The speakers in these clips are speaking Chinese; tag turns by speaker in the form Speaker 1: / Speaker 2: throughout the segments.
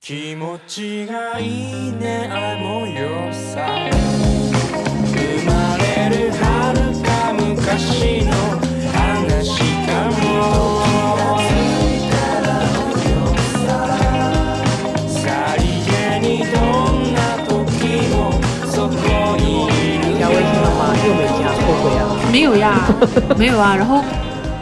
Speaker 1: 気持ちがいいねあの夜さ生まれる遥か昔の話かもさりげにどんな時もそこにいる
Speaker 2: 加微信了吗？又没加，后悔啊！
Speaker 3: 没有 呀，没有啊，然后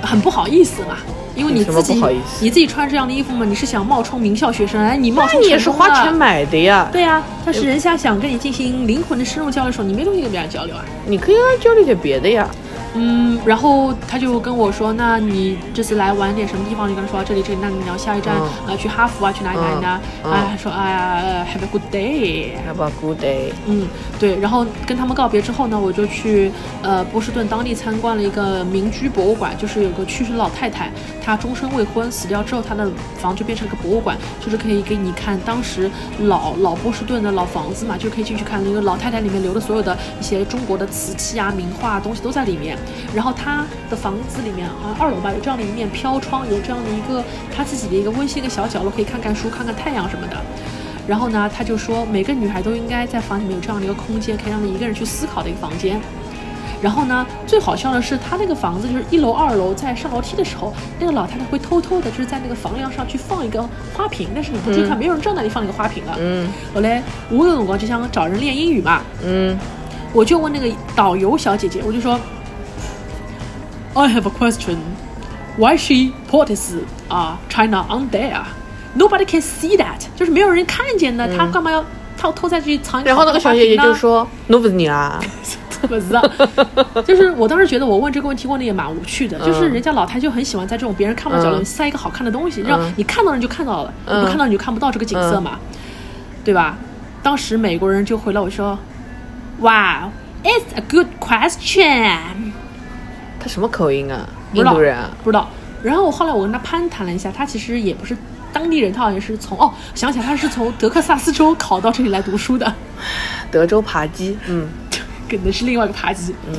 Speaker 3: 很不好意思嘛。因为你自
Speaker 2: 有什么
Speaker 3: 己
Speaker 2: 不好意思
Speaker 3: 你自己穿这样的衣服嘛，你是想冒充名校学生，哎，你冒
Speaker 2: 那
Speaker 3: 充
Speaker 2: 你也是花钱
Speaker 3: 成功了
Speaker 2: 买的呀，
Speaker 3: 对呀、但是人家想跟你进行灵魂的深入交流的时候，你没东西跟别人交流啊。
Speaker 2: 你可以让他交流点别的呀。
Speaker 3: 嗯，然后他就跟我说，那你这次来玩点什么地方？就跟他说这里这里，那你要下一站、
Speaker 2: 嗯
Speaker 3: 呃去哈佛啊，去哪里哪里哪里？
Speaker 2: 嗯嗯
Speaker 3: 啊，他说哎呀呃，Have a good day。
Speaker 2: Have a good day。
Speaker 3: 嗯，对，然后跟他们告别之后呢，我就去呃波士顿当地参观了一个民居博物馆，就是有个去世的老太太，她终身未婚，死掉之后她的房就变成一个博物馆，就是可以给你看当时老老波士顿的老房子嘛，就可以进去看那个老太太里面留的所有的一些中国的瓷器啊、名画啊东西都在里面。然后她的房子里面好像二楼吧，有这样的一面飘窗，有这样的一个她自己的一个温馨的小角落，可以看看书、看看太阳什么的。然后呢，他就说每个女孩都应该在房里面有这样的一个空间，可以让你一个人去思考的一个房间。然后呢，最好笑的是，他那个房子就是一楼、二楼，在上楼梯的时候，那个老太太会偷偷的，就是在那个房梁上去放一个花瓶，但是你不注意看，没有人知道那里放了一个花瓶的。
Speaker 2: 嗯
Speaker 3: 后来我有辰光就想找人练英语嘛，
Speaker 2: 嗯，
Speaker 3: 我就问那个导游小姐姐，我就说，I have a question. Why she put this 啊、China on there? Nobody can see that，就是没有人看见的，她干嘛要偷偷在这里藏？
Speaker 2: 嗯然后那个小姐姐就
Speaker 3: 说。
Speaker 2: 说：“侬不是你啦，
Speaker 3: 不知道，啊就是我当时觉得我问这个问题问的也蛮无趣的，就是人家老太就很喜欢在这种别人看不到角落
Speaker 2: 嗯
Speaker 3: 塞一个好看的东西，让
Speaker 2: 嗯
Speaker 3: 你看到人就看到了，
Speaker 2: 嗯
Speaker 3: 你不看到你就看不到这个景色嘛，对吧？当时美国人就回了我说：“哇，It's a good question。”
Speaker 2: 他什么口音啊？
Speaker 3: 不
Speaker 2: 印
Speaker 3: 知道
Speaker 2: 度人啊？
Speaker 3: 不知道。然后我后来我跟他攀谈了一下，他其实也不是当地人，他好像是从哦，想起来他是从德克萨斯州考到这里来读书的。
Speaker 2: 德州扒鸡。”嗯，
Speaker 3: 可能是另外一个扒鸡。嗯，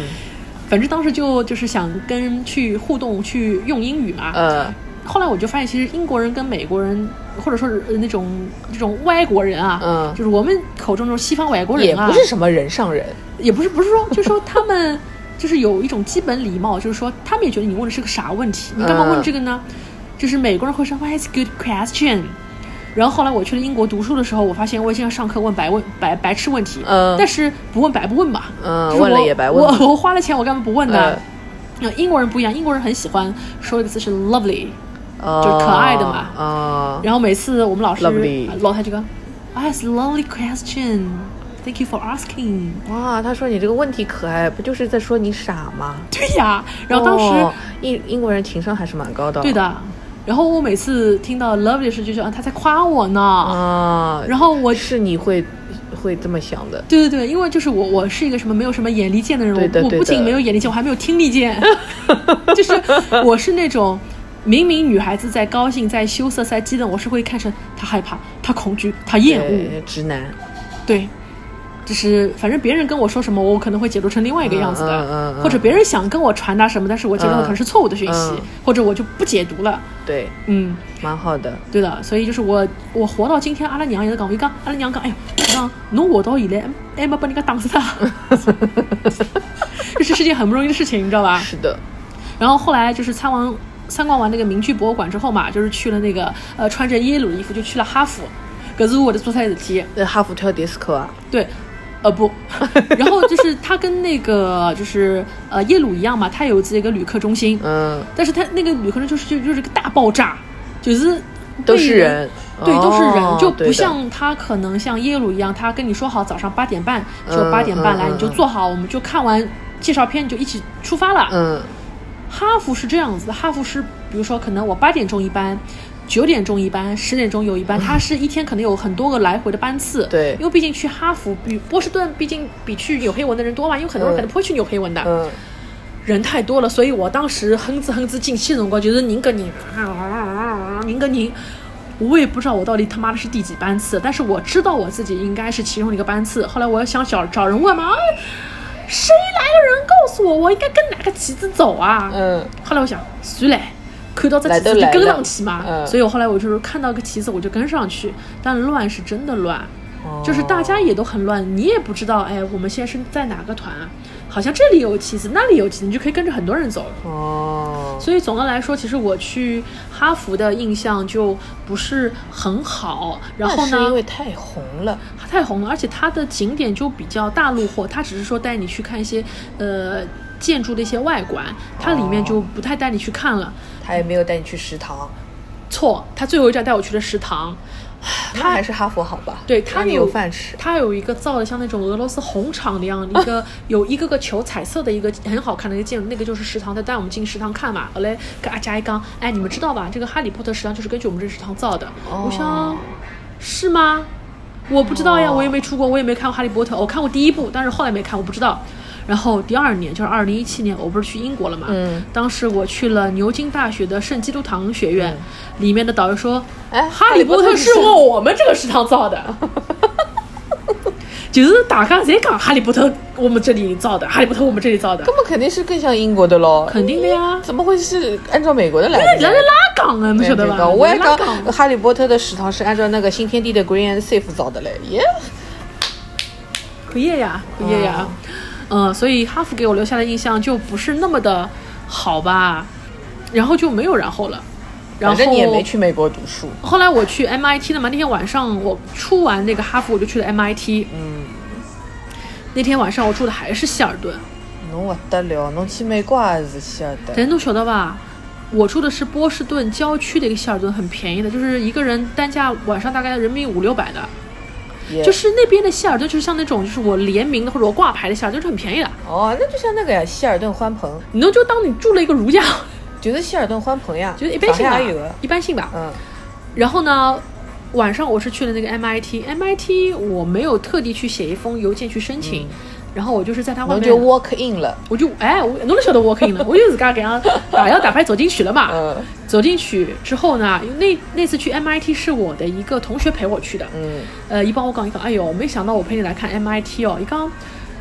Speaker 3: 反正当时就就是想跟去互动，去用英语嘛。
Speaker 2: 呃，
Speaker 3: 后来我就发现，其实英国人跟美国人，或者说是呃那种这种外国人啊，
Speaker 2: 嗯
Speaker 3: 就是我们口中这种西方外国
Speaker 2: 也
Speaker 3: 人啊，
Speaker 2: 不是什么人上人。
Speaker 3: 也不是不是说，就是说他们就是有一种基本礼貌，就是说他们也觉得你问的是个啥问题，你干嘛问这个呢？
Speaker 2: 呃
Speaker 3: 就是美国人会说 Why is good question？然后后来我去了英国读书的时候，我发现我也经常上课问白问白白痴问题，
Speaker 2: 嗯
Speaker 3: 但是不问白不问嘛，
Speaker 2: 嗯
Speaker 3: 就是我
Speaker 2: 问了也白问
Speaker 3: 我我花了钱我干嘛不问呢
Speaker 2: 嗯？
Speaker 3: 那、英国人不一样，英国人很喜欢说一个词是 lovely，
Speaker 2: 就是
Speaker 3: 哦可爱的嘛
Speaker 2: 啊，
Speaker 3: 然后每次我们老师
Speaker 2: Lovely
Speaker 3: 老太就跟 i t s a lovely question，thank you for asking。
Speaker 2: 哇，他说你这个问题可爱，不就是在说你傻吗？
Speaker 3: 对呀，然后当时、
Speaker 2: 哦英英国人情商还是蛮高的。
Speaker 3: 对。的，然后我每次听到 lovely 时就觉得啊他在夸我呢，
Speaker 2: 啊，
Speaker 3: 然后我
Speaker 2: 是你会会这么想的。
Speaker 3: 对对对，因为就是我我是一个什么没有什么眼力见的人，
Speaker 2: 对的
Speaker 3: 我
Speaker 2: 对
Speaker 3: 我不仅
Speaker 2: 的
Speaker 3: 没有眼力见，我还没有听 力见，就是我是那种。明明女孩子在高兴、在羞涩、在激动，我是会看成她害怕、她恐惧、她厌恶，
Speaker 2: 对，直男。
Speaker 3: 对，就是反正别人跟我说什么，我可能会解读成另外一个样子
Speaker 2: 嗯
Speaker 3: 的，
Speaker 2: 嗯嗯嗯
Speaker 3: 或者别人想跟我传达什么，但是我解读的可能是错误的讯息，
Speaker 2: 嗯嗯
Speaker 3: 或者我就不解读了。
Speaker 2: 对，
Speaker 3: 嗯，
Speaker 2: 蛮好的。
Speaker 3: 对的，所以就是我我活到今天，阿拉娘也是讲，伊讲阿拉娘讲，哎呀，讲侬活到现在还没把人家打死他， 这是世件很不容易的事情，你知道
Speaker 4: 啊
Speaker 3: 吧？
Speaker 2: 是的。
Speaker 3: 然后后来就是参完参观完那个民居博物馆之后嘛，就是去了那个呃穿着耶鲁的衣服就去了哈佛，搿是我的做菜事体。
Speaker 4: 呃
Speaker 2: 那哈佛跳迪斯科啊？
Speaker 3: 对，呃不，然后就是它跟那个就是呃耶鲁一样嘛，它有自己一个旅客中心，
Speaker 2: 嗯，
Speaker 3: 但是它那个旅客中就是就就是个大爆炸，就是
Speaker 2: 都
Speaker 3: 被
Speaker 2: 是人。
Speaker 3: 对，都是
Speaker 2: 哦
Speaker 3: 人，就
Speaker 2: 对
Speaker 3: 不
Speaker 2: 的
Speaker 3: 像他可能像耶鲁一样，他跟你说好早上八点半就
Speaker 2: 嗯
Speaker 3: 八点半来，
Speaker 2: 嗯
Speaker 3: 你就
Speaker 2: 嗯
Speaker 3: 坐好，我们就看完介绍片就一起出发了。
Speaker 2: 嗯
Speaker 3: 哈佛是这样子的，哈佛是比如说可能我八点钟一班。九点钟一班，十点钟 有一班，它是一天可能有很多个来回的班次。
Speaker 2: 对
Speaker 3: 因为毕竟去哈佛比波士顿，毕竟比去纽黑文的人多嘛，因为很多人
Speaker 2: 嗯
Speaker 3: 可能不会去纽黑文的，
Speaker 2: 嗯，
Speaker 3: 人太多了，所以我当时哼哧哼哧进气辰光就是拧个拧，啊拧个拧，我也不知道我到底他妈的是第几班次，但是我知道我自己应该是其中一个班次。后来我又想找找人问嘛，哎谁来个人告诉我我应该跟哪个旗子走啊？
Speaker 2: 嗯，
Speaker 3: 后来我想，算了，看看到这旗子
Speaker 4: 来
Speaker 3: 就
Speaker 4: 都来
Speaker 3: 跟
Speaker 4: 了
Speaker 3: 上去嘛。
Speaker 4: 嗯
Speaker 3: 所以我后来我就是看到个旗子我就跟上去，但乱是真的乱，嗯就是大家也都很乱，你也不知道哎，我们现在是在哪个团啊？好像这里有旗子，那里有旗子，你就可以跟着很多人走。
Speaker 4: 哦，
Speaker 3: 所以总的来说，其实我去哈佛的印象就不是很好。然后
Speaker 4: 那是
Speaker 3: 呢，
Speaker 4: 因为太红了，
Speaker 3: 它太红了，而且它的景点就比较大陆货，它只是说带你去看一些呃建筑的一些外观，它里面就不太带你去看了。
Speaker 4: 他也没有带你去食堂，
Speaker 3: 错，它最后一站带我去了食堂，
Speaker 4: 他还是哈佛好吧？
Speaker 3: 对它
Speaker 4: 那你
Speaker 3: 有
Speaker 4: 有饭吃，
Speaker 3: 它有一个造的像那种俄罗斯红场的样，一 个有一个个球彩色的一个很好看的一个建筑，那个就是食堂，他带我们进食堂看嘛。后来跟阿加一刚，哎，你们知道吧？这个哈利波特食堂就是根据我们这食堂造的。
Speaker 4: 哦
Speaker 3: 我想是吗？我不知道呀，
Speaker 4: 哦
Speaker 3: 我也没出国，我也没看过《哈利波特》，我看过第一部，但是后来没看，我不知道。然后第二年就是二零一七年，我不是去英国了嘛？
Speaker 4: 嗯，
Speaker 3: 当时我去了牛津大学的圣基督堂学院，
Speaker 4: 嗯
Speaker 3: 里面的导游说：“
Speaker 4: 哎
Speaker 3: 哈利波特是
Speaker 4: 哈利波特是
Speaker 3: 我们这个食堂造的。” 就是大家侪讲哈利波特，我们这里造的，哈利波特我们这里造的，
Speaker 4: 根本肯定是更像英国的喽，
Speaker 3: 肯定的呀。
Speaker 4: 怎么会是按照美国的来的
Speaker 3: 人家
Speaker 4: 呢？
Speaker 3: 拉杠啊，你
Speaker 4: 没
Speaker 3: 晓
Speaker 4: 有
Speaker 3: 得
Speaker 4: 这
Speaker 3: 吧？
Speaker 4: 个我也
Speaker 3: 拉
Speaker 4: 讲
Speaker 3: 杠，
Speaker 4: 《哈利波特》的食堂是按照那个新天地的 Green and Safe 造的嘞，耶！
Speaker 3: 可以呀，可以呀。
Speaker 4: 哦
Speaker 3: 嗯，所以哈佛给我留下的印象就不是那么的好吧，然后就没有然后了。然
Speaker 4: 反
Speaker 3: 后
Speaker 4: 正你也没去美国读书，
Speaker 3: 后来我去 MIT 的嘛，那天晚上我出完那个哈佛，我就去了 MIT。嗯，那天晚上我住的还是希尔顿，
Speaker 4: 侬不得了，侬去美国也是晓得。
Speaker 3: 但侬晓得吧？我住的是波士顿郊区的一个希尔顿，很便宜的，就是一个人单价晚上大概人民币五六百的，
Speaker 4: 也
Speaker 3: 就是那边的希尔顿，就是像那种就是我联名的或者我挂牌的希尔顿，就是很便宜的。
Speaker 4: 哦，那就像那个呀，希尔顿欢朋，
Speaker 3: 你能就当你住了一个如家，
Speaker 4: 就是希尔顿欢朋呀，
Speaker 3: 就是一般性
Speaker 4: 上
Speaker 3: 吧
Speaker 4: 海也有个，，
Speaker 3: 一般性吧。
Speaker 4: 嗯，
Speaker 3: 然后呢，晚上我是去了那个 MIT，MIT 我没有特地去写一封邮件去申请，然后我就是在他外
Speaker 4: 侬嗯
Speaker 3: 面，
Speaker 4: 就 walk in 了，
Speaker 3: 我就哎，我侬都晓得 walk in 了，我就自家给人家打幺打牌走进去了嘛。
Speaker 4: 嗯
Speaker 3: 走进去之后呢，因为那那次去 MIT 是我的一个同学陪我去的，
Speaker 4: 嗯，
Speaker 3: 呃，一帮我讲一讲，哎呦，没想到我陪你来看 MIT 哦，一讲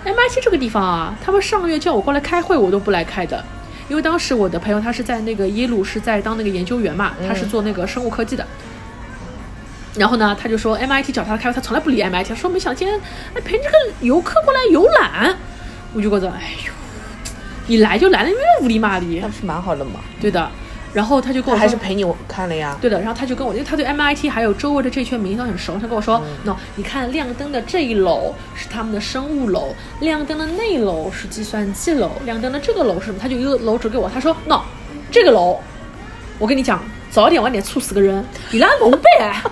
Speaker 3: MIT 这个地方啊，他们上个月叫我过来开会，我都不来开的。因为当时我的朋友他是在那个耶鲁是在当那个研究员嘛，
Speaker 4: 嗯
Speaker 3: 他是做那个生物科技的。然后呢，他就说 MIT 找他开会，他从来不理 MIT，他说没想到今天哎陪这个游客过来游览，我就觉得哎呦，你来就来了，你无理嘛理
Speaker 4: 那，不是蛮好的嘛？
Speaker 3: 对的。然后他就跟
Speaker 4: 他
Speaker 3: 我
Speaker 4: 嗯还
Speaker 3: 说
Speaker 4: 是陪你看了呀，
Speaker 3: 对的，然后他就跟我，因为他对 MIT 还有周围的这一圈名校很熟，他跟我说，no，你
Speaker 4: 嗯
Speaker 3: 看亮灯的这一楼是他们的生物楼，亮灯的那一楼是计算机楼，亮灯的这个楼是什么？他就一个楼指给我，他说，no，这个楼，我跟你讲，早点晚点猝死个人，伊拉不办啊，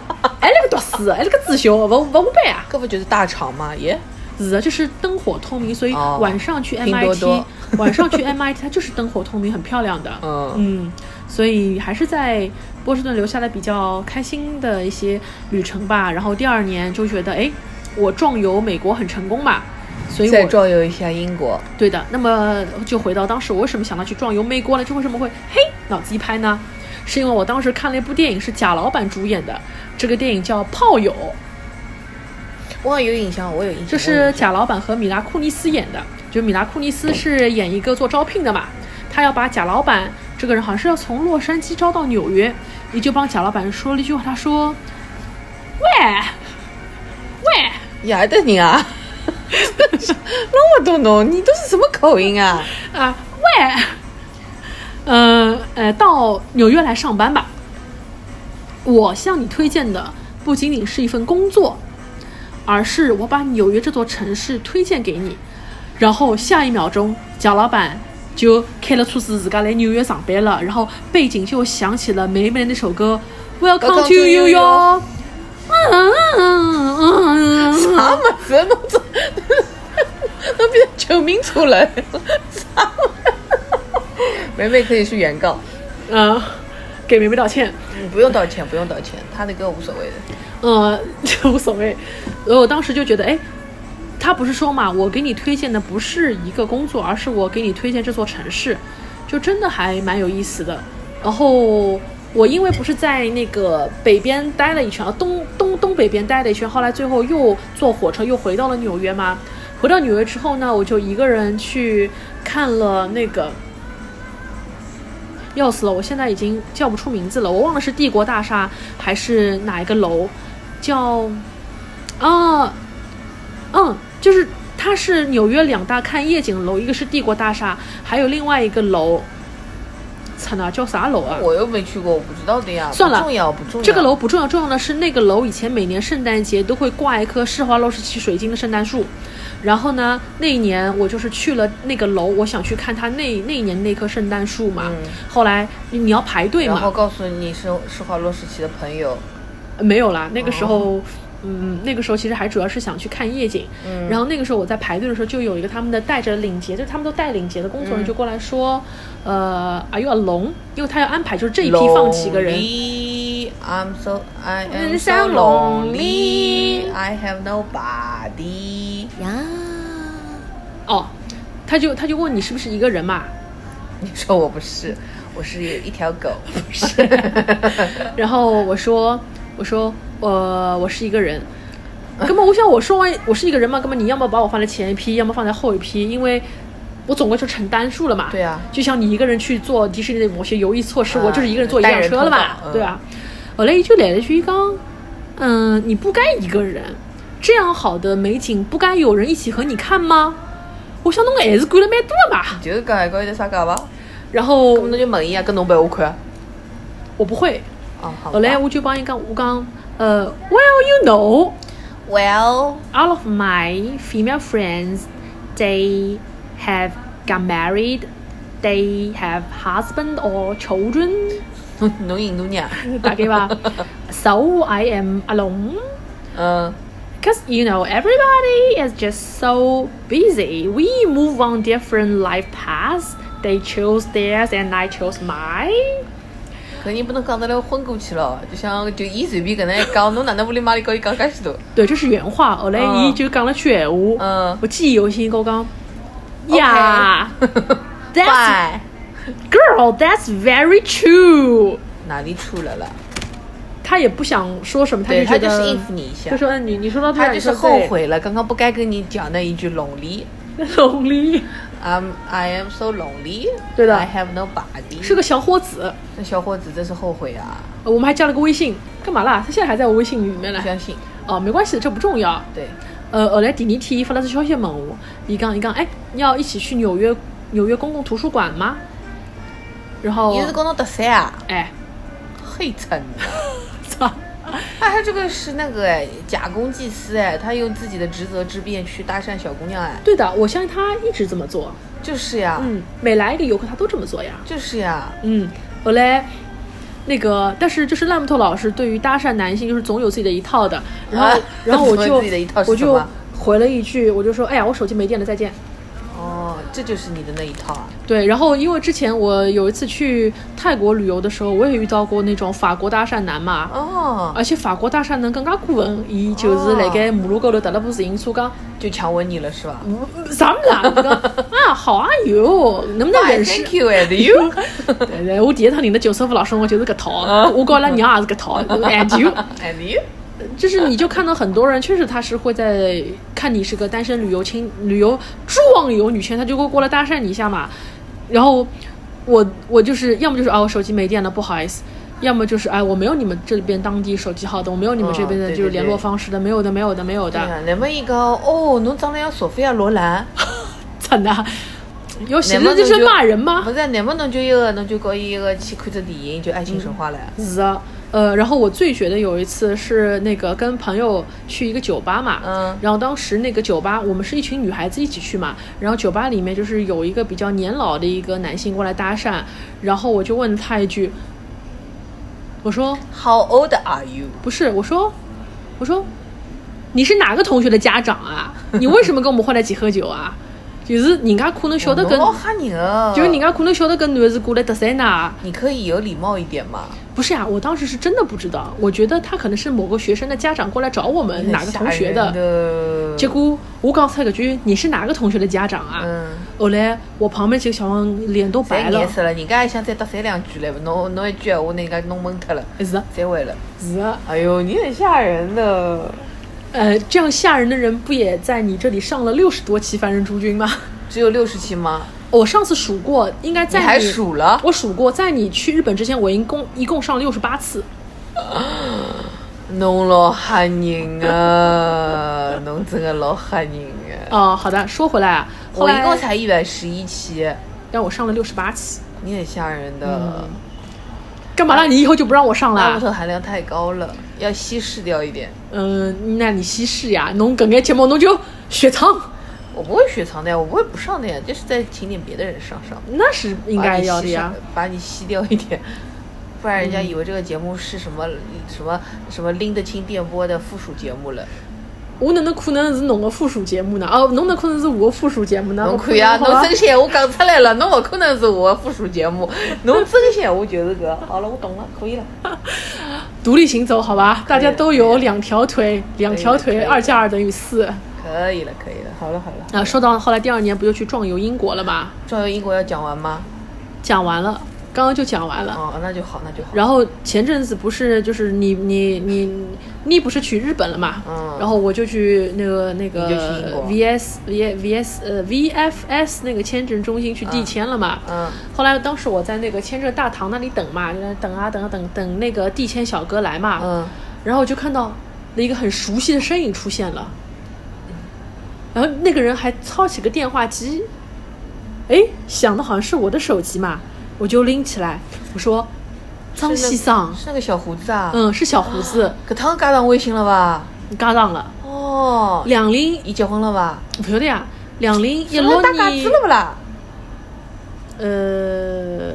Speaker 3: 哎那个毒死，哎那个自修，不不办啊。
Speaker 4: 这不就是大厂嘛，耶，
Speaker 3: 是的，就是灯火通明，所以
Speaker 4: 哦
Speaker 3: 晚上去 MIT，、
Speaker 4: 拼多多
Speaker 3: 晚上去 MIT 它就是灯火通明，很漂亮的。
Speaker 4: 嗯，
Speaker 3: 嗯，所以还是在波士顿留下了比较开心的一些旅程吧。然后第二年就觉得，哎，我壮游美国很成功嘛，所以
Speaker 4: 再
Speaker 3: 我
Speaker 4: 壮游一下英国，
Speaker 3: 对的。那么就回到当时，我为什么想到去壮游美国呢？就为什么会嘿脑子一拍呢？是因为我当时看了一部电影，是贾老板主演的，这个电影叫《炮友》，
Speaker 4: 哇，有印象，我有印象，我有
Speaker 3: 这是
Speaker 4: 印象
Speaker 3: 贾老板和米拉库尼斯演的，就米拉库尼斯是演一个做招聘的嘛，他要把贾老板这个人好像是要从洛杉矶招到纽约，也就帮贾老板说了一句话，他说：“喂，喂，
Speaker 4: 亚的人啊，那么多侬，你都是什么口音啊？
Speaker 3: 啊、喂，呃呃，到纽约来上班吧。我向你推荐的不仅仅是一份工作，而是我把纽约这座城市推荐给你。然后下一秒钟，贾老板就开了车子自家来纽约上班了，然后背景就响起了梅梅的那首歌《Welcome
Speaker 4: Welcome to
Speaker 3: to New
Speaker 4: New
Speaker 3: York》。嗯嗯嗯嗯，
Speaker 4: 啥么子？侬 这，侬变成九民族 人，啥么子？梅梅可以去原告，
Speaker 3: 嗯，给梅梅道歉。
Speaker 4: 你不用道歉，不用道歉，她的歌无所谓的。
Speaker 3: 呃， 就无所谓。呃，我当时就觉得，哎，他不是说嘛，我给你推荐的不是一个工作，而是我给你推荐这座城市，就真的还蛮有意思的。然后我因为不是在那个北边待了一圈，啊东东东北边待了一圈，后来最后又坐火车又回到了纽约嘛。回到纽约之后呢，我就一个人去看了那个要死了，我现在已经叫不出名字了，我忘了是帝国大厦还是哪一个楼，叫，啊，嗯，就是它是纽约两大看夜景的楼，一个是帝国大厦，还有另外一个楼，操哪叫啥楼啊？
Speaker 4: 我又没去过，我不知道的呀。
Speaker 3: 算了
Speaker 4: 不重要不重要。
Speaker 3: 这个楼不重要，重要的是那个楼以前每年圣诞节都会挂一棵施华洛世奇水晶的圣诞树。然后呢，那一年我就是去了那个楼，我想去看他那那一年那棵圣诞树嘛。
Speaker 4: 嗯
Speaker 3: 后来你你要排队
Speaker 4: 然后
Speaker 3: 嘛？
Speaker 4: 告诉你是施华洛世奇的朋友，
Speaker 3: 没有啦，那个时候。
Speaker 4: 哦
Speaker 3: 嗯，那个时候其实还主要是想去看夜景，
Speaker 4: 嗯
Speaker 3: 然后那个时候我在排队的时候，就有一个他们的带着领结，就是他们都带领结的工作人员
Speaker 4: 嗯
Speaker 3: 就过来说，呃，Are you alone？因为他要安排就是这一批放几个人，
Speaker 4: Lonely, I'm so I am
Speaker 3: I'm
Speaker 4: so
Speaker 3: so
Speaker 4: lonely.
Speaker 3: lonely.
Speaker 4: I have nobody.
Speaker 5: 呀，
Speaker 3: 哦，他就他就问你是不是一个人嘛，
Speaker 4: 你说我不是，我是一条狗。
Speaker 3: 然后我说，我说，呃，我是一个人。根本我想我说完我是一个人嘛，根本你要么把我放在前一批，要么放在后一批，因为我总归就成单数了嘛。
Speaker 4: 对啊
Speaker 3: 就像你一个人去做迪士尼的某些游艺措施，
Speaker 4: 啊
Speaker 3: 我就是一个人坐一辆车了嘛
Speaker 4: 单人通道，嗯
Speaker 3: 对啊。后来伊就来了一句讲，嗯，你不该一个人，这样好的美景不该有人一起和你看吗？我想侬还是管了蛮多的嘛。
Speaker 4: 就是讲一个有点啥讲伐？
Speaker 3: 然后
Speaker 4: 那么侬就问伊啊，跟侬陪我看啊。
Speaker 3: 我不会，
Speaker 4: 哦，好吧。
Speaker 3: 后来我就帮伊讲，我讲，呃，Well you know。
Speaker 4: Well,
Speaker 3: all of my female friends they have got married they have husband or children
Speaker 4: 侬印度人啊？
Speaker 3: 大概吧 so i am alone 呃
Speaker 4: 嗯
Speaker 3: because you know everybody is just so busy we move on different life paths they chose theirs and i chose mine
Speaker 4: 搿人不能讲得来昏过去了，就像就伊随便搿能一讲，侬哪能屋里妈里跟伊讲介许多？
Speaker 3: 对，这是原话。后来
Speaker 4: 嗯
Speaker 3: 伊就讲了句闲话，
Speaker 4: 嗯
Speaker 3: 我记忆犹新，跟我讲 呀，That's
Speaker 4: Bye
Speaker 3: girl, that's very true。
Speaker 4: 哪里出来了？
Speaker 3: 他也不想说什么，他
Speaker 4: 对，他
Speaker 3: 觉
Speaker 4: 就
Speaker 3: 得
Speaker 4: 是应付你一下
Speaker 3: 就，说嗯你你说到这儿，
Speaker 4: 他就
Speaker 3: 你
Speaker 4: 是
Speaker 3: 说
Speaker 4: 后 悔了，刚刚不该跟你讲那一句 lonely。
Speaker 3: 对 lonely，
Speaker 4: I'm I am so lonely。
Speaker 3: 对的
Speaker 4: I have nobody。
Speaker 3: 是个小伙子。
Speaker 4: 这小伙子真是后悔啊！
Speaker 3: 呃我们还加了个微信，干嘛啦？他现在还在我微信里面
Speaker 4: 不
Speaker 3: 呢。
Speaker 4: 相信，
Speaker 3: 哦，没关系的，这不重要。
Speaker 4: 对，
Speaker 3: 呃，后来第二天发了只消息问我，伊讲伊讲，哎，要一起去纽约纽约公共图书馆吗？然后
Speaker 4: 你是跟侬搭讪啊？
Speaker 3: 哎，
Speaker 4: 黑成的。
Speaker 3: 操！
Speaker 4: 哎，他这个是那个哎，假公济私哎，他用自己的职责之便去搭讪小姑娘哎，
Speaker 3: 对的，我相信他一直这么做。
Speaker 4: 就是呀，
Speaker 3: 嗯，每来一个游客，他都这么做呀。
Speaker 4: 就是呀，
Speaker 3: 嗯，后来那个，但是就是烂木头老师对于搭讪男性，就是总有自己的一套的。然后，
Speaker 4: 啊
Speaker 3: 然后我
Speaker 4: 总有
Speaker 3: 就
Speaker 4: 自己的一套是
Speaker 3: 我
Speaker 4: 什
Speaker 3: 就
Speaker 4: 么
Speaker 3: 回了一句，我就说，哎呀，我手机没电了，再见。
Speaker 4: 哦，这就是你的那一套啊，
Speaker 3: 对，然后因为之前我有一次去泰国旅游的时候，我也遇到过那种法国搭讪男嘛。
Speaker 4: 哦，
Speaker 3: 而且法国搭讪男更加过分，伊就是辣盖马路高头踏了部自行车， 讲
Speaker 4: 就强吻你了是吧？
Speaker 3: 啥物事啊？我讲啊，好啊，哟，能不能
Speaker 4: Why,
Speaker 3: 认识？
Speaker 4: Thank you and you，
Speaker 3: 对对，我第一趟认得九师傅老师，我就是搿套，
Speaker 4: 啊
Speaker 3: 我跟阿拉娘也是搿套，and you。
Speaker 4: and you，
Speaker 3: 哎就是你就看到很多人，确实他是会在看你是个单身旅游青旅游壮游女青，他就会过来搭讪你一下嘛。然后我我就是要么就是啊我手机没电了，不好意思。要么就是哎，我没有你们这边当地手机号的，我没有你们这边
Speaker 4: 嗯
Speaker 3: 的
Speaker 4: 对
Speaker 3: 就是
Speaker 4: 对
Speaker 3: 联
Speaker 4: 对
Speaker 3: 络方式的，没有的，没有的，没有
Speaker 4: 对啊
Speaker 3: 的，
Speaker 4: 呀，那么一个哦，侬长得像索菲亚罗兰，
Speaker 3: 真的。有写
Speaker 4: 那么
Speaker 3: 的
Speaker 4: 侬
Speaker 3: 就是骂人吗
Speaker 4: 不？是，那么侬就一个，侬就搞一个去看只电影，就《爱情神话》了。
Speaker 3: 是啊，呃，然后我最绝的有一次是那个跟朋友去一个酒吧嘛，
Speaker 4: 嗯
Speaker 3: 然后当时那个酒吧我们是一群女孩子一起去嘛，然后酒吧里面就是有一个比较年老的一个男性过来搭讪，然后我就问他一句，我说
Speaker 4: How old are you？
Speaker 3: 不是，我说我说你是哪个同学的家长啊？你为什么跟我们混在一起喝酒啊？就是人家可能晓得跟，
Speaker 4: 哦侬老吓人哦。
Speaker 3: 就是人家可能晓得跟男的是过来搭讪呐。
Speaker 4: 你可以有礼貌一点嘛？
Speaker 3: 不是呀、我当时是真的不知道，我觉得他可能是某个学生的家长过来找我们哪个同学
Speaker 4: 很吓人的？
Speaker 3: 结果我刚才搿句你是哪个同学的家长啊？
Speaker 4: 嗯，
Speaker 3: 后来我旁边几个小朋脸都白
Speaker 4: 侪
Speaker 3: 了
Speaker 4: 眼，色了，人家还想再搭讪两句嘞，侬侬一句闲话，人家弄懵脱了，
Speaker 3: 是
Speaker 4: 再会了。
Speaker 3: 是，
Speaker 4: 哎呦，你很吓人的，
Speaker 3: 呃，这样吓人的人不也在你这里上了六十多期《凡人诸君》吗？
Speaker 4: 只有六十期吗？
Speaker 3: 我上次数过，应该在
Speaker 4: 你还数了
Speaker 3: 我数过，在你去日本之前，我一共一共上六十八次。
Speaker 4: 侬老吓人啊！ 侬真的老吓人啊！
Speaker 3: 哦、好的，说回来啊，后
Speaker 4: 我
Speaker 3: 来
Speaker 4: 一共才一百十一期，
Speaker 3: 让我上了六十八次，
Speaker 4: 你很吓人的，
Speaker 3: 嗯干嘛让你以后就不让我上
Speaker 4: 那木
Speaker 3: 了？啊
Speaker 4: 头含量太高了，要稀释掉一点。
Speaker 3: 嗯、那你稀释呀，侬搿眼节目侬就雪藏，
Speaker 4: 我不会雪藏的呀，我不会不上的呀，就是再请点别的人上上，
Speaker 3: 那是应该要的呀。
Speaker 4: 把你稀释，把你稀掉一点， 不然人家以为这个节目是什么、什么什么拎得清电波的附属节目了。
Speaker 3: 我哪能可能是侬个附属节目呢？哦，侬哪可能是我个附属节目呢？
Speaker 4: 侬
Speaker 3: 我
Speaker 4: 看呀，
Speaker 3: 可能啊
Speaker 4: 侬
Speaker 3: 好吧
Speaker 4: 真闲话讲出来了，侬勿可能是我的附属节目，侬真闲话就是搿。好了，我懂了，可以了。
Speaker 3: 独立行走，好吧，大家都有两条腿，两条
Speaker 4: 可以
Speaker 3: 腿
Speaker 4: 的
Speaker 3: 二加二等于四。
Speaker 4: 可以了，可以了，好了好了。
Speaker 3: 啊，说到后来第二年不就去壮游英国了嘛？
Speaker 4: 壮游英国要讲完吗？
Speaker 3: 讲完了，刚刚就讲完了。
Speaker 4: 哦，那就好，那就好。
Speaker 3: 然后前阵子不是就是你你你你不是去日本了嘛？
Speaker 4: 嗯
Speaker 3: 然后我就去那个那
Speaker 4: 你就去英
Speaker 3: 个
Speaker 4: 国
Speaker 3: VS V VS 呃 VFS 那个签证中心去递签了嘛。
Speaker 4: 嗯
Speaker 3: 后来当时我在那个签证大堂那里等嘛，就在那等啊等啊等等那个递签小哥来嘛。
Speaker 4: 嗯，
Speaker 3: 然后我就看到了一个很熟悉的身影出现了，然后那个人还操起个电话机，哎，响的好像是我的手机嘛，我就拎起来，我说：“张
Speaker 4: 是那
Speaker 3: 西桑，
Speaker 4: 是那个小胡子啊。，
Speaker 3: 嗯，是小胡子，
Speaker 4: 搿趟加上微信了吧？
Speaker 3: 嘎当了，
Speaker 4: 哦，
Speaker 3: 两零
Speaker 4: 伊结婚了吧？
Speaker 3: 不晓得呀，两零一
Speaker 4: 侬
Speaker 3: 六
Speaker 4: 打架
Speaker 3: 年
Speaker 4: 子，了不啦？
Speaker 3: 呃，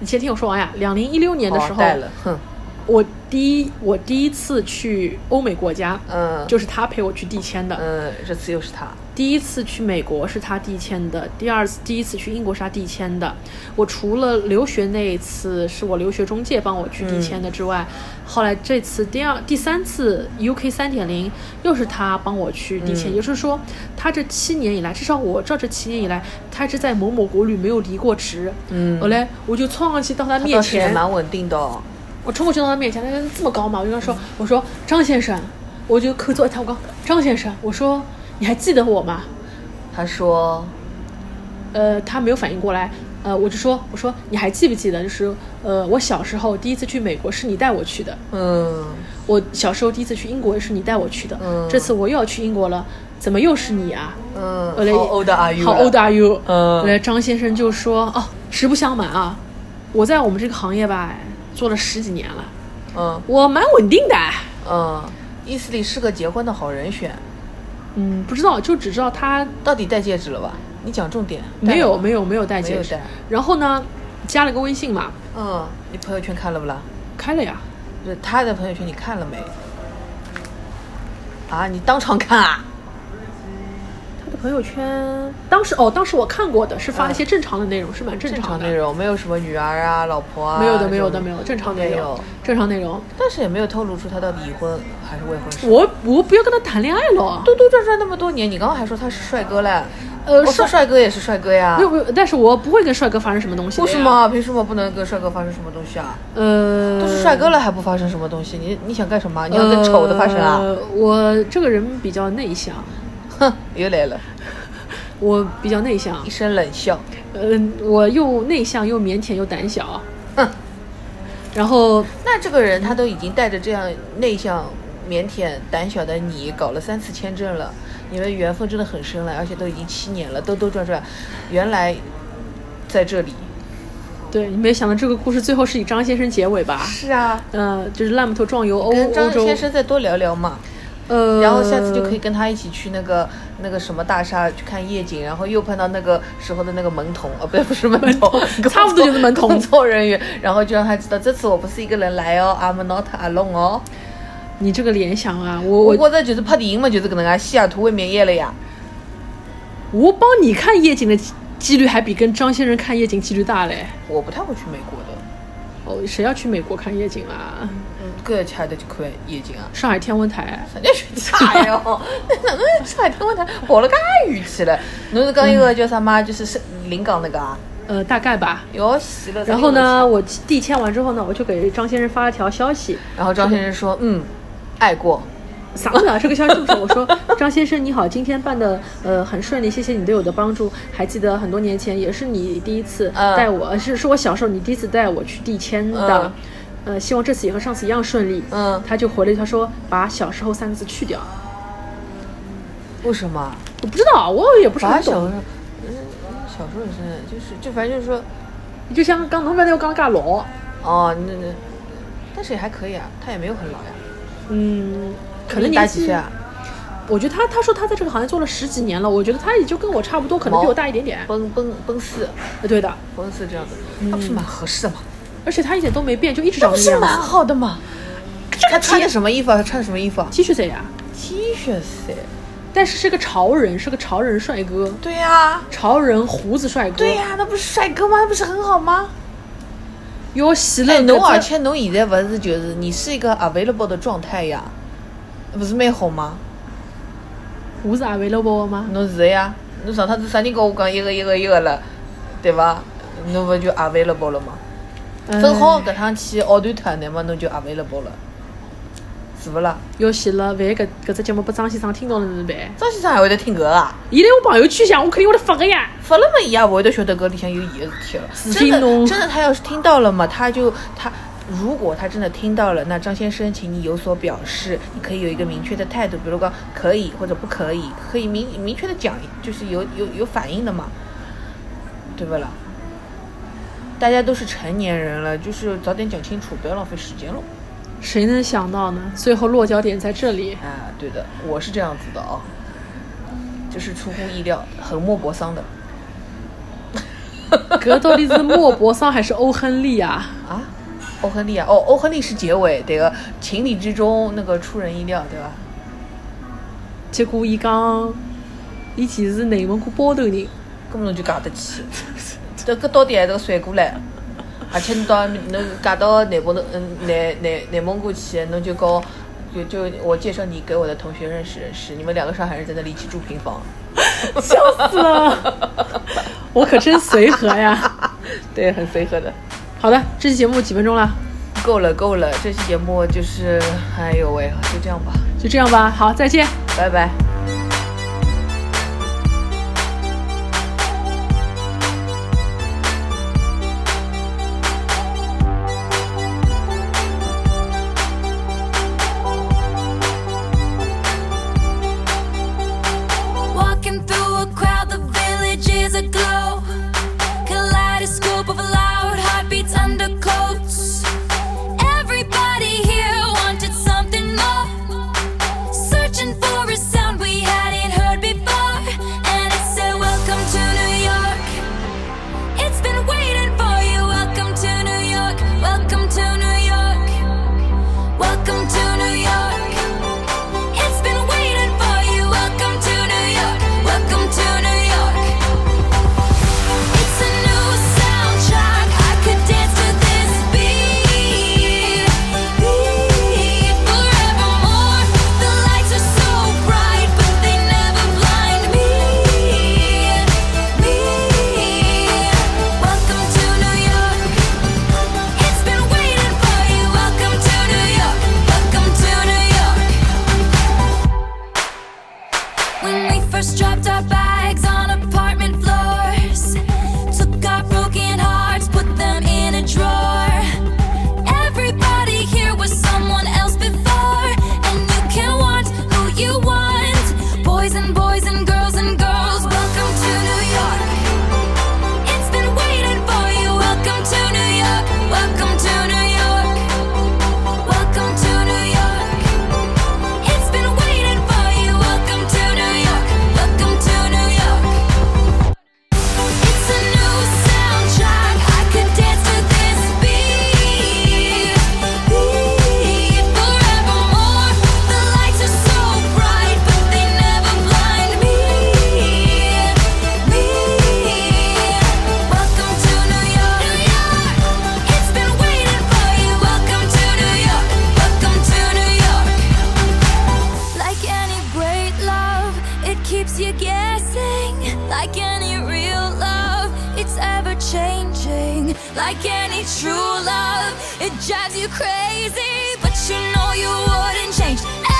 Speaker 3: 你先听我说完呀，两零一六年的时
Speaker 4: 哦
Speaker 3: 候，
Speaker 4: 带了，哼，
Speaker 3: 我第一我第一次去欧美国家，
Speaker 4: 嗯，
Speaker 3: 就是他陪我去递签的，
Speaker 4: 嗯，这次又是他，
Speaker 3: 第一次去美国是他递签的，第二次第一次去英国是他递签的。我除了留学那一次是我留学中介帮我去递签的之外，后来这次第二第三次 UK 三点零又是他帮我去递签，
Speaker 4: 嗯
Speaker 3: 也就是说他这七年以来，至少我照这七年以来，他是在某某国旅没有离过职。
Speaker 4: 嗯
Speaker 3: 后来我就冲上去到他
Speaker 4: 他
Speaker 3: 面
Speaker 4: 倒是也
Speaker 3: 前，
Speaker 4: 蛮稳定的哦。
Speaker 3: 我冲过去到他面前，他就这么高嘛，我就跟他说，我说张先生，我就客座他，我刚张先生，我说你还记得我吗？
Speaker 4: 他说，
Speaker 3: 呃，他没有反应过来，呃，我就说，我说你还记不记得，就是呃，我小时候第一次去美国是你带我去的，
Speaker 4: 嗯，
Speaker 3: 我小时候第一次去英国也是你带我去的，
Speaker 4: 嗯
Speaker 3: 这次我又要去英国了，怎么又是你啊？
Speaker 4: 嗯
Speaker 3: 我来
Speaker 4: ，How old are you？
Speaker 3: 好 old are you？
Speaker 4: 嗯
Speaker 3: 后来张先生就说，哦，实不相瞒啊，我在我们这个行业吧做了十几年了，
Speaker 4: 嗯
Speaker 3: 我蛮稳定的。
Speaker 4: 嗯，意思里是个结婚的好人选。
Speaker 3: 嗯，不知道，就只知道他
Speaker 4: 到底戴戒指了吧？你讲重点。
Speaker 3: 没有
Speaker 4: 有。
Speaker 3: 没有没有戴
Speaker 4: 没
Speaker 3: 戒
Speaker 4: 有
Speaker 3: 指
Speaker 4: 戴，
Speaker 3: 然后呢，加了个微信嘛，
Speaker 4: 嗯，你朋友圈看了不啦？
Speaker 3: 开了呀，
Speaker 4: 不是他的朋友圈，你看了没？啊，你当场看啊？
Speaker 3: 他的朋友圈，当时哦，当时我看过的是发一些正常的内容，是蛮正
Speaker 4: 正
Speaker 3: 常
Speaker 4: 常
Speaker 3: 的
Speaker 4: 内容，没有什么女儿啊、老婆啊。
Speaker 3: 没有的，
Speaker 4: 这
Speaker 3: 没有的，
Speaker 4: 种
Speaker 3: 没有正常
Speaker 4: 都没
Speaker 3: 内容
Speaker 4: 有，，
Speaker 3: 正常内容。
Speaker 4: 但是也没有透露出他到底已婚还是未婚是吧。
Speaker 3: 我我不要跟他谈恋爱了，
Speaker 4: 兜兜转转那么多年，你刚刚还说他是帅哥嘞，
Speaker 3: 呃
Speaker 4: 我说
Speaker 3: 帅
Speaker 4: 帅哥也是帅哥呀
Speaker 3: 没，有没有，但是我不会跟帅哥发生什么东西。
Speaker 4: 为什？么？凭什啊么不能跟帅哥发生什么东西啊？
Speaker 3: 呃，
Speaker 4: 都是帅哥了还不发生什么东西？你你想干什么？你要跟丑的发生啊？
Speaker 3: 呃我这个人比较内向，呃
Speaker 4: 哼，又来了，
Speaker 3: 我比较内向
Speaker 4: 一，声冷笑。
Speaker 3: 嗯、我又内向又腼腆又胆小，
Speaker 4: 哼
Speaker 3: 然后
Speaker 4: 那这个人他都已经带着这样内向、腼腆、胆小的你搞了三次签证了，你们缘分真的很深了，而且都已经七年了，兜兜转转，原来在这里。
Speaker 3: 对你没想到这个故事最后是以张先生结尾吧？
Speaker 4: 是啊，
Speaker 3: 呃，就是烂木头壮游欧
Speaker 4: 跟
Speaker 3: 欧
Speaker 4: 张
Speaker 3: 洲，
Speaker 4: 先生再多聊聊嘛，
Speaker 3: 呃，
Speaker 4: 然后下次就可以跟他一起去那个那个什么大厦去看夜景，然后又碰到那个时候的那个门童，哦，不对，不是门童，
Speaker 3: 差不多就是门童
Speaker 4: 工作人员，然后就让他知道这次我不是一个人来哦，I'm not alone 哦。
Speaker 3: 你这个联想啊，我
Speaker 4: 我
Speaker 3: 我
Speaker 4: 觉着就是拍电影嘛，就是搿能介，西雅图未眠夜啊了呀。
Speaker 3: 我帮你看夜景的几几率还比跟张先生看夜景几率大嘞。
Speaker 4: 我不太会去美国的，
Speaker 3: 哦，谁要去美国看夜景啦？
Speaker 4: 嗯，搿吃的去看夜景啊。
Speaker 3: 上海天文台，
Speaker 4: 啥叫去差哟？那哪能上海天文台跑了介远去了？侬是讲一个叫啥嘛？就是是临港那个啊？
Speaker 3: 呃，大概吧。
Speaker 4: 哟，死了！
Speaker 3: 然后呢，
Speaker 4: 真的有
Speaker 3: 我递签完之后呢，我就给张先生发了条消息，
Speaker 4: 气？然后张先生说，嗯，爱过，
Speaker 3: 撒不了这个消息这么说，我 说张先生你好，今天办的呃很顺利，谢谢你对我的帮助。还记得很多年前也是你第一次
Speaker 4: 嗯
Speaker 3: 带我，是是我小时候你第一次带我去递签的。
Speaker 4: 嗯
Speaker 3: 呃，希望这次也和上次一样顺利。
Speaker 4: 嗯
Speaker 3: 他就回了一句，他说把“小时候”三个字去掉。啊
Speaker 4: 为什么？
Speaker 3: 我不知道，我也不是
Speaker 4: 把
Speaker 3: 很
Speaker 4: 小时候
Speaker 3: 懂。，
Speaker 4: 嗯，小时候也是，就是就反正就是说，
Speaker 3: 你就像刚刚才那个刚尬老，
Speaker 4: 哦，那那，但是也还可以啊，他也没有很老呀，
Speaker 3: 嗯，可能
Speaker 4: 你大
Speaker 3: 年
Speaker 4: 几
Speaker 3: 纪
Speaker 4: 岁啊？？
Speaker 3: 我觉得他他说他在这个行业做了十几年了，我觉得他也就跟我差不多，可能比我大一点点。
Speaker 4: 奔奔奔四，
Speaker 3: 呃对的，
Speaker 4: 奔四这样子，那不是蛮合适的吗？
Speaker 3: 而且他一点都没变，就一直
Speaker 4: 那
Speaker 3: 长
Speaker 4: 不
Speaker 3: 那个
Speaker 4: 是
Speaker 3: 样子。
Speaker 4: 蛮好的吗？他穿的什么衣服啊？他穿的什么衣服啊
Speaker 3: T 恤谁呀、
Speaker 4: ？T 恤噻。
Speaker 3: 但是是个潮人，是个潮人帅哥，
Speaker 4: 对呀、
Speaker 3: 潮人胡子帅哥。
Speaker 4: 对、呀、那不是帅哥吗？那不是很好吗？
Speaker 3: 有喜乐
Speaker 4: 哎，侬
Speaker 3: 搿
Speaker 4: 而
Speaker 3: 只
Speaker 4: 且侬现在不是就是你是一个 available 的状态呀，不是蛮好吗？
Speaker 3: 胡子 available 吗？
Speaker 4: 侬是呀，侬上趟子啥人跟我讲一个一个一个了，对伐？侬勿就 available 了吗？正好搿趟去奥团团，那么侬就 available 了，是勿啦？
Speaker 3: 有喜乐，万一搿搿只节目被张先生听到了怎么办？
Speaker 4: 张先生还会得听搿个啊？
Speaker 3: 伊来我朋友圈想，我肯定会得发个呀。
Speaker 4: 发了嘛，伊也勿会得晓得搿里向有伊个事体了。
Speaker 3: 死
Speaker 4: 真
Speaker 3: 心侬
Speaker 4: 的，真的，他要是听到了嘛，他就他。如果他真的听到了，那张先生，请你有所表示，你可以有一个明确的态度，比如说可以或者不可以，可以明明确的讲，就是有有有反应的嘛，对不啦？大家都是成年人了，就是早点讲清楚，不要浪费时间了。
Speaker 3: 谁能想到呢？最后落脚点在这里。
Speaker 4: 啊，对的，我是这样子的哦，就是出乎意料，很莫泊桑的
Speaker 3: 搿到底是莫泊桑还是欧亨利啊？
Speaker 4: 啊。欧亨利啊，哦，欧亨利是结尾，这个情理之中，那个出人意料，对吧？
Speaker 3: 结果伊讲，伊其实是内蒙古包头人。
Speaker 4: 根本就嫁得 起，这搿到底还是个甩过来，而且侬到侬嫁到内蒙头，嗯，内内内蒙古去，侬就搞，就就我介绍你给我的同学认识认识，你们两个上海人在那里一起住平房，
Speaker 3: 笑死了！我可真随和呀。
Speaker 4: 对，很随和的。
Speaker 3: 好的，这期节目几分钟了，
Speaker 4: 够了够了，这期节目就是，哎呦喂，就这样吧，
Speaker 3: 就这样吧。好，再见。
Speaker 4: 拜拜。
Speaker 5: Walking through a crowd, the village is aglow. Kaleidoscope of loud heartbeats, undercoats. Everybody here wanted something more. Searching for a sound we hadn't heard before. And it said, Welcome to New York. It's been waiting for you. Welcome to New York. Welcome to New York. Welcome to New York. It's been waiting for you. Welcome to New York. Welcome to New York. It's a new soundtrack. I could dance to this beat, beat forevermore. The lights are so bright, but they never blind me, me. Welcome to New York. It's been waiting for you. Welcome to New York. Welcome to New York. When we first dropped our bags on apartment floors, took our broken hearts, put them in a drawer. Everybody here was someone else before, and you can want who you want. Boys and boys and girls and girls, welcome to New York. It's been waiting for you. Welcome to New York. Welcome to New York. Welcome to New York. It's been waiting for you. Welcome to New York. Welcome to New York. It's a new soundtrack. I could dance to this beat, beat forevermore. The lights are so bright, but they never blind me, me. Welcome to New York. New York. It's been waiting for you. Welcome to New York. Welcome to New York. Like any great love, it keeps you guessing. Like any real love, it's ever changing. Like any true love, it drives you crazy, but you know you wouldn't change.